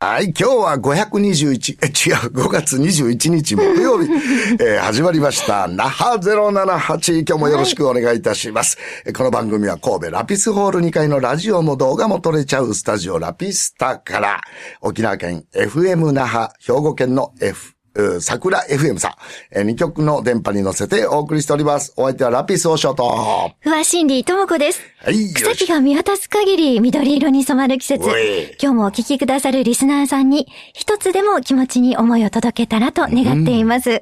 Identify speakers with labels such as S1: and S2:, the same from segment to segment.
S1: はい、今日は521、え、違う、5月21日木曜日、えー、始まりました、那覇078、今日もよろしくお願いいたします、はい、この番組は神戸ラピスホール2階のラジオも動画も撮れちゃうスタジオラピスタから、沖縄県 FM 那覇、兵庫県の F、桜 FM さん、2曲の電波に乗せてお送りしております。お相手はラピス王将と、
S2: 不破心理ともこです。
S1: はい。
S2: 草木が見渡す限り緑色に染まる季節。今日もお聞きくださるリスナーさんに、一つでも気持ちに思いを届けたらと願っています。うん、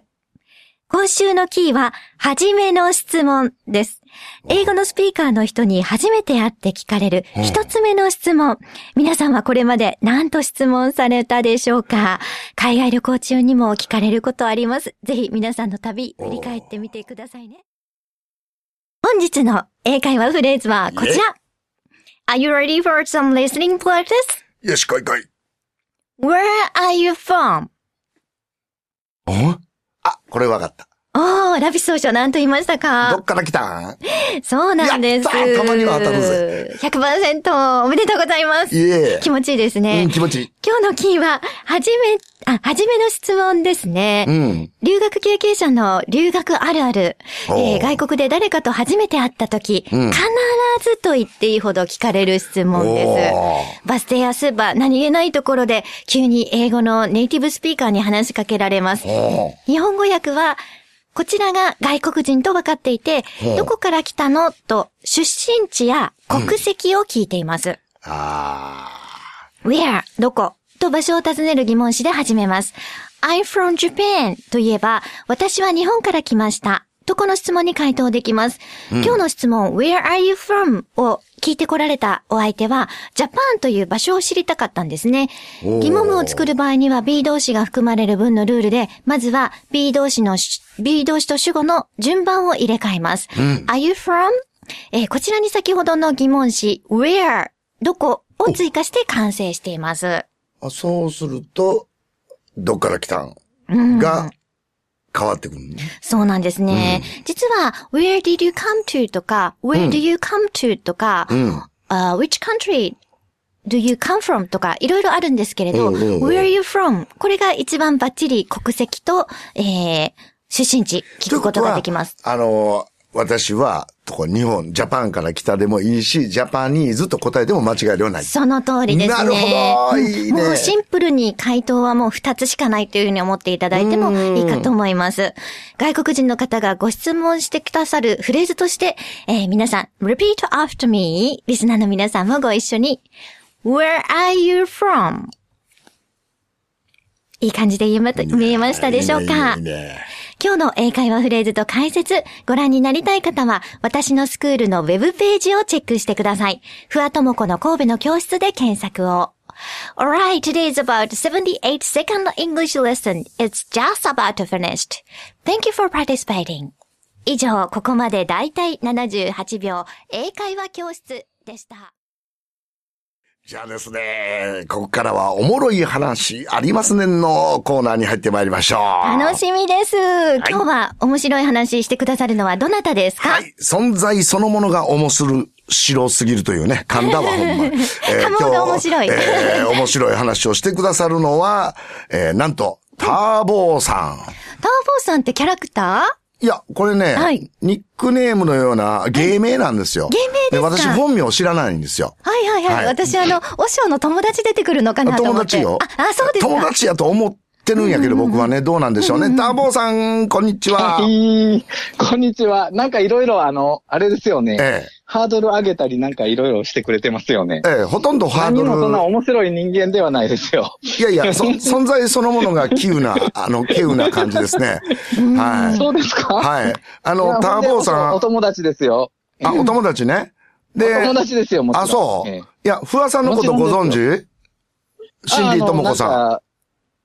S2: 今週のキーは、はじめの質問です。英語のスピーカーの人に初めて会って聞かれる一つ目の質問。皆さんはこれまで何と質問されたでしょうか海外旅行中にも聞かれることあります。ぜひ皆さんの旅、振り返ってみてくださいね。本日の英会話フレーズはこちら。Are you ready for some listening practice?
S1: よし、こいこい。
S2: Where are you from?
S1: あ、これわかった。
S2: おー、ラピス総書何と言いましたか
S1: どっから来たん
S2: そうなんです。
S1: やたまには当たるぜ。
S2: 100%おめでとうございます。
S1: いえ。
S2: 気持ちいいですね。
S1: うん、気持ちいい。
S2: 今日のキーは、はじめ、あ、はじめの質問ですね。
S1: うん。
S2: 留学経験者の留学あるある。えー、外国で誰かと初めて会った時、うん、必ずと言っていいほど聞かれる質問です。バス停やスーパー、何気ないところで、急に英語のネイティブスピーカーに話しかけられます。日本語訳は、こちらが外国人と分かっていて、どこから来たのと出身地や国籍を聞いています。うん、
S1: あ
S2: Where? どこと場所を尋ねる疑問詞で始めます。I'm from Japan といえば、私は日本から来ました。とこの質問に回答できます。うん、今日の質問、Where are you from? を聞いてこられたお相手は、ジャパンという場所を知りたかったんですね。疑問文を作る場合には B 動詞が含まれる文のルールで、まずは B 動詞の、B 動詞と主語の順番を入れ替えます。うん、are you from? えー、こちらに先ほどの疑問詞、where? どこを追加して完成しています。
S1: あそうすると、どっから来たん、うん、が、変わってくる、ね、
S2: そうなんですね。うん、実は、where did you come to とか、where do you come to とか、うん uh, which country do you come from とか、いろいろあるんですけれど、うんうんうん、where are you from? これが一番バッチリ国籍と、えー、出身地聞くことができます。
S1: あの、私は、とこ日本、ジャパンから来たでもいいし、ジャパニーズと答えても間違いではない。
S2: その通りですね。
S1: なるほど。いいね。
S2: もうシンプルに回答はもう2つしかないというふうに思っていただいてもいいかと思います。外国人の方がご質問してくださるフレーズとして、えー、皆さん、repeat after me。リスナーの皆さんもご一緒に。Where are you from? いい感じで言えま、見えましたでしょうか
S1: いいね,いいね
S2: 今日の英会話フレーズと解説、ご覧になりたい方は、私のスクールのウェブページをチェックしてください。ふわともこの神戸の教室で検索を。Alright, today is about 78 second English lesson. It's just about finished. Thank you for participating. 以上、ここまでだいたい78秒、英会話教室でした。
S1: じゃあですね、ここからはおもろい話ありますねんのコーナーに入ってまいりましょう。
S2: 楽しみです。はい、今日は面白い話してくださるのはどなたですか
S1: はい。存在そのものが面白白すぎるというね、神田はほ んま。え
S2: ー、今日面白い、
S1: えー、面白い話をしてくださるのは、えー、なんと、ターボーさん。ターボ
S2: ーさんってキャラクター
S1: いや、これね、はい、ニックネームのような芸名なんですよ。
S2: 芸名ですかで
S1: 私本名知らないんですよ。
S2: はいはいはい。はい、私あの、おしょうの友達出てくるのかなと思
S1: って。友達
S2: よ。あ、あそうです
S1: 友達やと思ってるんやけど、僕はね、どうなんでしょうね。うんうん、ターボーさん、こんにちは。
S3: えー、こんにちは。なんかいろいろあの、あれですよね。ええ、ハードル上げたりなんかいろいろしてくれてますよね。
S1: ええ、ほとんどハードル。
S3: 何もそんな面白い人間ではないですよ。
S1: いやいや、そ存在そのものが急な、あの、急な感じですね。はい。
S3: そうですか
S1: はい。あの、ターボーさ
S3: ん。お友達ですよ。
S1: あ、お友達ね。
S3: で、お友達ですよ、もちろん。
S1: あ、そう。ええ、いや、不破さんのことご存知シンディともこさ
S3: ん。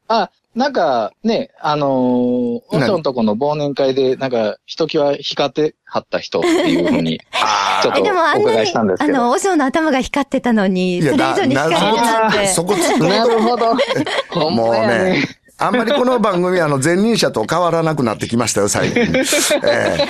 S3: あ、なんかね、あのー、おちょんとこの忘年会で、なんか、ひときわ光ってはった人っていうふう に、ちょっとお伺いしたんですけど。
S2: あの、おしょうの頭が光ってたのに、それ以上に光ってたって。
S1: そこつく
S3: なるほど。ほんまやね。もうね。
S1: あんまりこの番組、あの、前任者と変わらなくなってきましたよ、最 近。え
S2: ー、え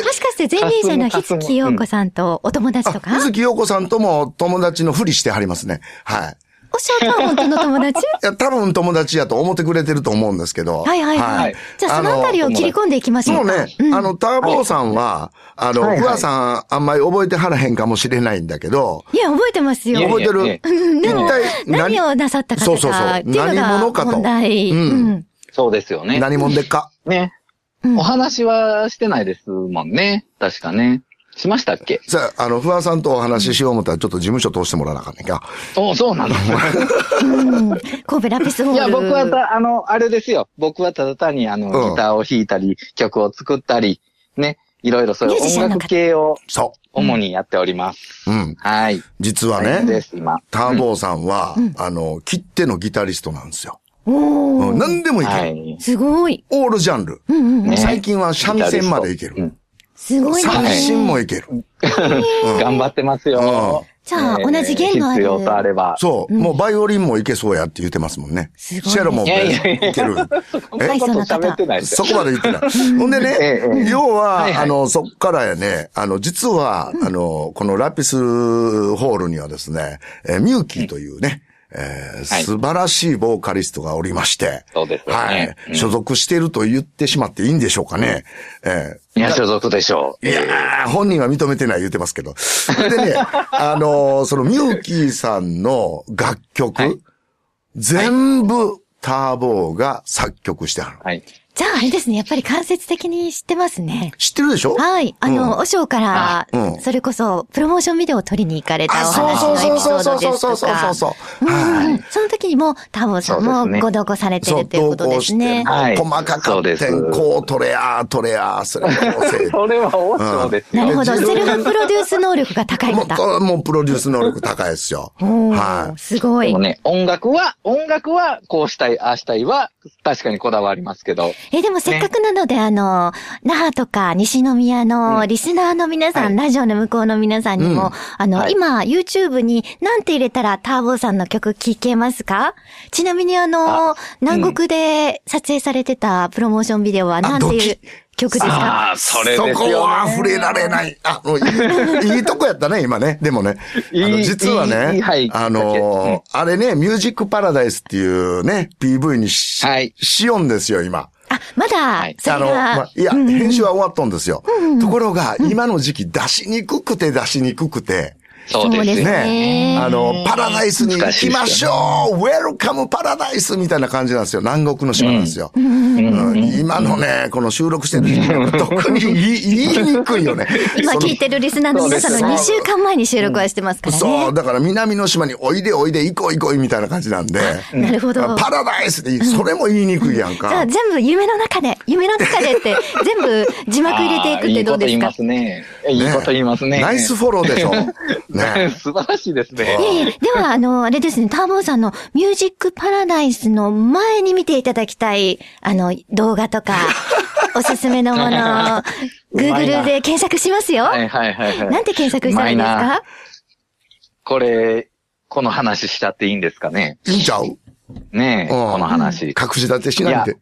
S2: ー、もしかして前任者の日月陽子さんとお友達とか
S1: 日月陽子さんとも友達のふりしてはりますね。はい。
S2: おしゃとは本当の友達
S1: いや、多分友達やと思ってくれてると思うんですけど。
S2: はいはいはい。
S3: はい
S2: じゃあそのあたりを切り込んでいきまし
S1: も
S2: ょう
S1: う
S2: か。
S1: ね、
S2: ん
S1: あの、ターボーさんは、あの、
S3: はいはい
S1: ふわさんあんまり覚えてはらへんかもしれないんだけど、
S2: いや、覚えてますよ。
S3: いやいや
S1: 覚えて
S3: い
S1: る
S3: や
S2: うんでも
S1: 一体何
S2: 何をなさった方
S1: そうそうそう
S2: かっていうの
S1: 何
S2: が
S1: 者かと
S2: 問題。
S1: う
S2: うんん。
S3: そうですよね。
S1: 何者でっか。
S3: ね。
S2: うん
S3: お話はしてないですもんね。確かね。しましたっけ
S1: さあ、あの、ふわさんとお話ししよう思ったら、ちょっと事務所通してもらわなあかんねんか。
S3: おそうなんです。
S2: うん神戸ラピスホー
S3: い
S2: ル。
S3: や、僕はた、あの、あれですよ。僕はただ単に、あの、
S1: うん
S3: ギターを弾いたり、曲を作ったり、ね。いろいろそうい
S2: ミュージシ
S3: う
S2: ャン
S3: 音
S2: の方
S3: 楽系を
S1: そ
S3: 主にやっております。
S1: う。うん。
S3: はい。
S1: 実は
S3: 大変で
S1: ね、
S3: す、今。
S1: ターボーさんは、あの、切手のギタリストなんですよ。
S2: お
S1: うん、
S2: ー。
S1: 何でもいける。
S3: はい。
S2: すごい。
S1: オールジャンル。
S2: うんうんうん。
S3: ね
S1: 最近は三味線までいける。
S3: うん
S2: すごい
S1: 三
S3: ね
S1: 味
S2: ね。
S1: 線もいける。
S3: 頑張ってます
S1: うん
S3: よ。
S2: じゃあ
S3: ね
S2: 同じ弦のある
S3: 必要とあれば。
S1: そう、もうバイオリンもいけそうやって言ってますもんね。
S2: すごいね
S1: シェロも
S3: いやいやいや
S1: いける。
S3: こんなこと喋ってないです
S1: そこまで言ってない。 ほんでね、
S3: ええええ
S1: 要は、
S3: はいはい
S1: あの、そっからやね、あの、実は、あの、このラピスホールにはですね、えーミューキーというね、えー
S3: はい
S1: 素晴らしいボーカリストがおりまして、
S3: そうですよね
S1: はい、
S3: うん
S1: 所属してると言ってしまっていいんでしょうかね。えー
S3: いや、所属でしょう。
S1: いやー、本人は認めてない言ってますけど。それで ね、あのーそのミューキーさんの楽曲、
S3: はい
S1: 全部ターボーが作曲してはる。
S3: はい。
S2: じゃああれですね、やっぱり間接的に知ってますね。
S1: 知ってるでしょ
S2: はい。あ
S1: うん
S2: の、和尚から
S1: あうん、
S2: それこそ、プロモーションビデオを撮りに行かれた
S1: あ、
S2: お
S1: そう
S2: 話
S1: そう
S2: のエ
S1: そう
S2: ピソ
S1: そう
S2: ー
S1: そ
S2: ド
S1: うそう
S2: です
S1: そうそうそ
S2: とか
S1: う。。そう
S2: うんう
S1: は
S2: んその時にも、タボさん
S3: そう
S2: も
S3: ですね
S2: ご同行され
S1: い。
S2: て
S1: そう、
S2: るということですね。
S3: はい
S1: 細かか
S3: そう
S1: っ
S3: で
S1: て
S3: す
S1: ん、こう取れやー、取れやー、それこうせい
S3: それは王将です
S2: な
S3: よ。
S2: るほど。
S1: 自
S2: セ
S1: 分
S2: ルフプロデュース能力が高い
S1: もう
S2: 方。
S1: と、もうプロデュース能力高いですよ。
S2: お
S1: は
S2: ー、すご
S3: で
S2: い
S3: も。ね、音楽は、音楽は、こうしたい、ああしたいは、確かにこだわりますけど。
S2: え、でもせっかくなので、あの、那覇とか西宮のリスナーの皆さん、ラジオの向こうの皆さんに
S1: う
S2: も、
S1: ん
S2: あの、
S3: はい
S2: 今、YouTube になんて入れたらターボーさんの曲聴けますかちなみにあの、南国で撮影されてたプロモーションビデオはなんて
S1: ドキ
S2: いう
S1: ッ
S2: 曲ですか
S3: あー、それですよね
S1: そこは触れられない。あ、もういいいいとこやったね、今ね。でもね。あの、
S3: いい
S1: 実はい
S3: いい
S1: ね
S3: いはい、
S1: あの
S3: うん
S1: ー、あれね、ミュージックパラダイスっていうね、PV にし
S3: はい、
S1: しよんですよ、今。
S2: あ、まだ
S3: はい、
S2: それ
S1: あの、ま
S2: が
S1: あ、いや、編集は終わっとんですよ。ところが、今の時期出しにくくて出しにくくて、
S3: そうです
S2: そうです
S3: ね。
S1: ね
S2: ね、
S1: あの、パラダイスに行きましょうウェルカムパラダイスみたいな感じなんですよ。南国の島なんですよ。うん今のね、この収録してる時期特に言い言いにくいよ ね。
S2: 今
S1: その
S2: 聞いてるリスナーの皆さん
S3: そ
S2: の
S3: う
S2: 2
S3: です
S2: 週間前に収録はしてますから
S1: そ
S2: ね
S1: う、。だから南の島においでおいで行こう行こうみたいな感じなんで。
S2: なるほど。
S1: パラダイスでいい、それも言いにくいやん
S2: じゃ
S1: か
S2: あ。全部夢の中で、夢の中で って、全部字幕入れていくってどうです
S3: あーいいこと言い
S2: か
S3: ますね。いいこと言いますね。
S1: ナイスフォローでし ょ。ね
S3: 素晴らしいですね。
S2: いえいえ、では、あの、あれですね、ターボーさんのミュージックパラダイスの前に見ていただきたい、あの、動画 とか、おすすめのものを、Google で検索しますよ。
S3: はいはいはいはい。
S2: なんて検索したらいいです
S3: うまいな
S2: か
S3: これ、この話しちゃっていいんですかね。
S1: いいん ちゃう隠
S3: ねえ、
S1: うん
S3: この話。
S1: し立てしないで。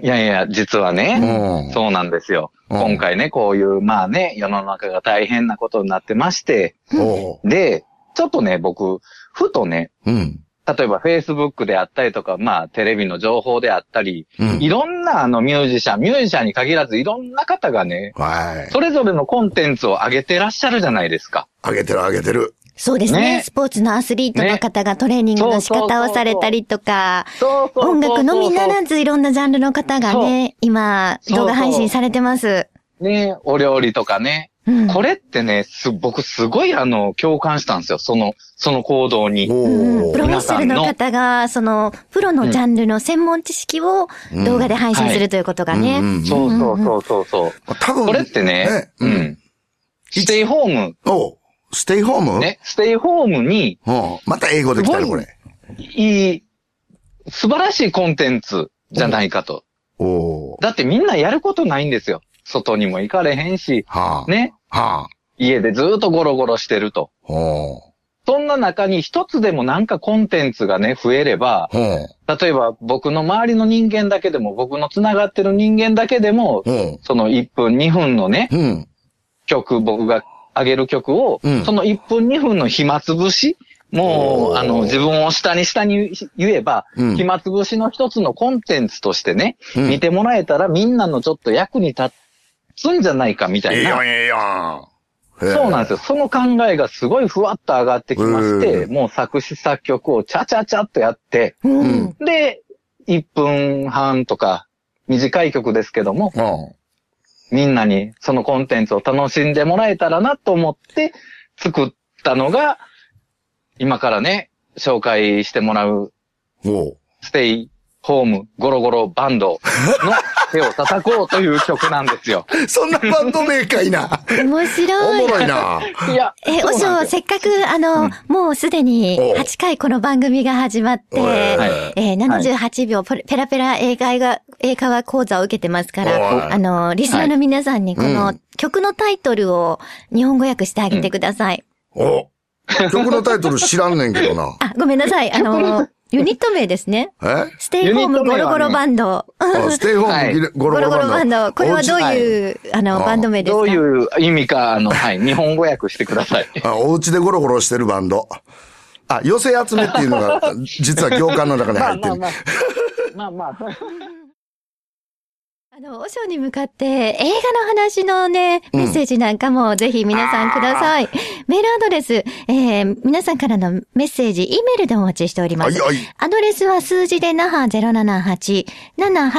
S3: いやいや、実は
S1: う
S3: ね
S1: ん、
S3: そうなんですよ。
S1: うん
S3: 今回ね、こういう、まあね、世の中が大変なことになってまして、
S1: お
S3: で、ちょっとね、僕、ふとね、
S1: ううん。
S3: 例えば Facebook であったりとか、まあテレビの情報であったり、
S1: うん
S3: いろんなあのミュージシャン、ミュージシャンに限らずいろんな方がね、
S1: はい。
S3: それぞれのコンテンツを上げてらっしゃるじゃないですか。
S1: あげてるあげてる。
S2: そうですね
S3: ね
S2: スポーツのアスリートの方がトレーニングの仕方をされたりとか、
S3: そうそうそうそう
S2: 音楽のみならずいろんなジャンルの方がね、今、動画配信されてます。
S3: ね、お料理とかね。
S2: うん
S3: これってね、す、僕すごいあの、共感したんですよ。その、その行動に。
S2: うん
S1: お
S2: プロフェッ
S1: ー
S2: ショナルの方が、その、プロのジャンルの専門知識を
S1: うん
S2: 動画で配信するということがね。
S1: うんうん
S3: そうそうそうそうそう。
S1: 多分。
S3: これってね、
S1: う。
S3: うんん。ステイホー
S1: おうステイホーム
S3: ム、ね、ステイホームに、
S1: うん。また英語できたね、
S3: す
S1: こ
S3: ごい
S1: れ。
S3: いい、素晴らしいコンテンツじゃないかと。
S1: おー
S3: だってみんなやることないんですよ。外にも行かれへんし、
S1: はあ。
S3: ね。
S1: はあ。
S3: 家でずーっとゴロゴロしてると。
S1: おー
S3: そんな中に一つでもなんかコンテンツがね、増えれば、
S1: ほう
S3: 例えば僕の周りの人間だけでも、僕の繋がってる人間だけでも、
S1: ほう
S3: その1分2分のね、
S1: うん。
S3: 曲、僕が上げる曲を、
S1: うん
S3: その1分2分の暇つぶしも
S1: お
S3: う、
S1: ー
S3: あの、自分を下に下に言えば、
S1: うん
S3: 暇つぶしの一つのコンテンツとしてね、
S1: うん
S3: 見てもらえたらみんなのちょっと役に立つんじゃないかみた
S1: い
S3: い
S1: いよ、。
S3: な
S1: いいよ。
S3: そうなんです
S1: よ。
S3: よ。その考えがすごいふわっと上がってきまし
S1: う
S3: て、
S1: ん
S3: もう作詞作曲をちゃちゃちゃっとやって、
S2: うんん。
S3: で、1分半とか、短い曲ですけども、
S1: うん。
S3: みんなにそのコンテンツを楽しんでもらえたらなと思って作ったのが、今からね、紹介してもらう
S1: おう
S3: ステイホームゴロゴロバンドの手を叩こうという曲なんですよ。
S1: そんなバンド名かい な。
S2: 面
S1: お
S2: 白
S1: も。
S2: い
S1: ろいな。
S3: いや、
S2: え、
S3: そう
S2: おし
S3: なん
S2: ょ
S3: ですよ
S2: せっかく、あの、もうすでに
S1: おう
S2: 8回この番組が始まって、
S1: はい
S2: えー、78秒、ペペラペラ英会話、英会話講座を受けてますか
S1: はい
S2: ら、あの、リスナーの皆さんにこ
S1: は
S2: の
S1: い
S2: 曲のタイトルを日本語訳してあげてください。
S1: お曲のタイトル知らんねんけどな。
S2: あ、ごめんなさい。あの、ユニット名ですね。
S1: え
S2: ステイホームゴロゴロバンド。
S1: あステイホームギルゴ
S2: ゴ
S1: ロ
S2: ロ
S1: ゴ
S2: ゴ
S1: ロ
S2: ロ
S1: バ
S2: バ
S1: ン
S2: ン
S1: ド。
S2: ド。これはどういう、あの、
S1: あ
S2: バンド名ですか
S3: どういう意味か、あの、はい、日本語訳してください。
S1: あ、お家でゴロゴロしてるバンド。あ、寄せ集めっていうの が、実は行間の中に
S3: ま
S1: 入
S3: あ
S1: って
S3: まあ
S1: る。
S3: まあ。まあまあ。
S2: あの、おしょに向かって映画の話のね、
S1: うん
S2: メッセージなんかもぜひ皆さんください。メールアドレス、えー、皆さんからのメッセージ、E メールでお待ちしておりま
S1: はい
S2: す。
S1: はい。
S2: アドレスは数字で那覇078、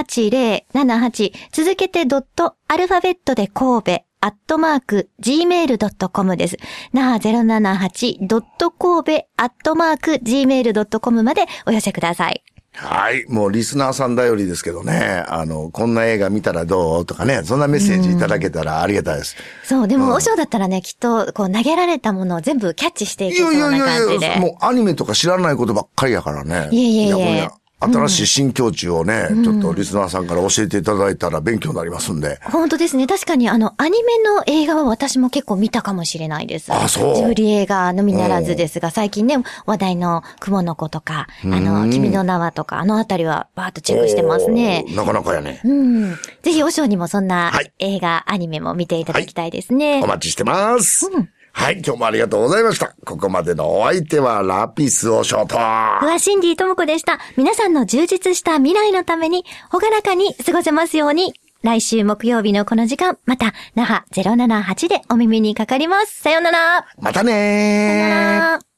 S2: 78078、続けてドット、アルファベットで神戸、アットマーク、gmail.com です。那覇078、ドット神戸、アットマーク、gmail.com までお寄せください。
S1: はい。もうリスナーさん頼りですけどね。あの、こんな映画見たらどうとかね。そんなメッセージいただけたらありがたいです。
S2: そう、でも、和尚だったらね、きっと、こう、投げられたものを全部キャッチしてい
S1: い
S2: けそ
S1: や
S2: う
S1: いや
S2: ない感じ
S1: やいや、
S2: で。
S1: もうアニメとか知らないことばっかりやからね。
S2: いえいえいえ
S1: これ新しい新境地をね、ちょっとリスナーさんから教えていただいたら勉強になりますんで。
S2: 本当ですね。確かに、あの、アニメの映画は私も結構見たかもしれないです。
S1: あそう
S2: ジブリ映画のみならずですが、最近ね、話題の雲の子とか、あ
S1: う
S2: の、
S1: ん
S2: 君の名はとか、あのあたりはバーッとチェックしてますね
S1: お。ーなかなかやね。
S2: うん。ぜひ、和尚にもそんな
S1: はい
S2: 映画、アニメも見ていただきたいですね。
S1: お待ちしてます。はい、今日もありがとうございました。ここまでのお相手はラピスをショート。
S2: ふわシンディともこでした。皆さんの充実した未来のために、ほがらかに過ごせますように。来週木曜日のこの時間、また、那覇078でお耳にかかります。さようなら。
S1: またねー。
S2: さようなら。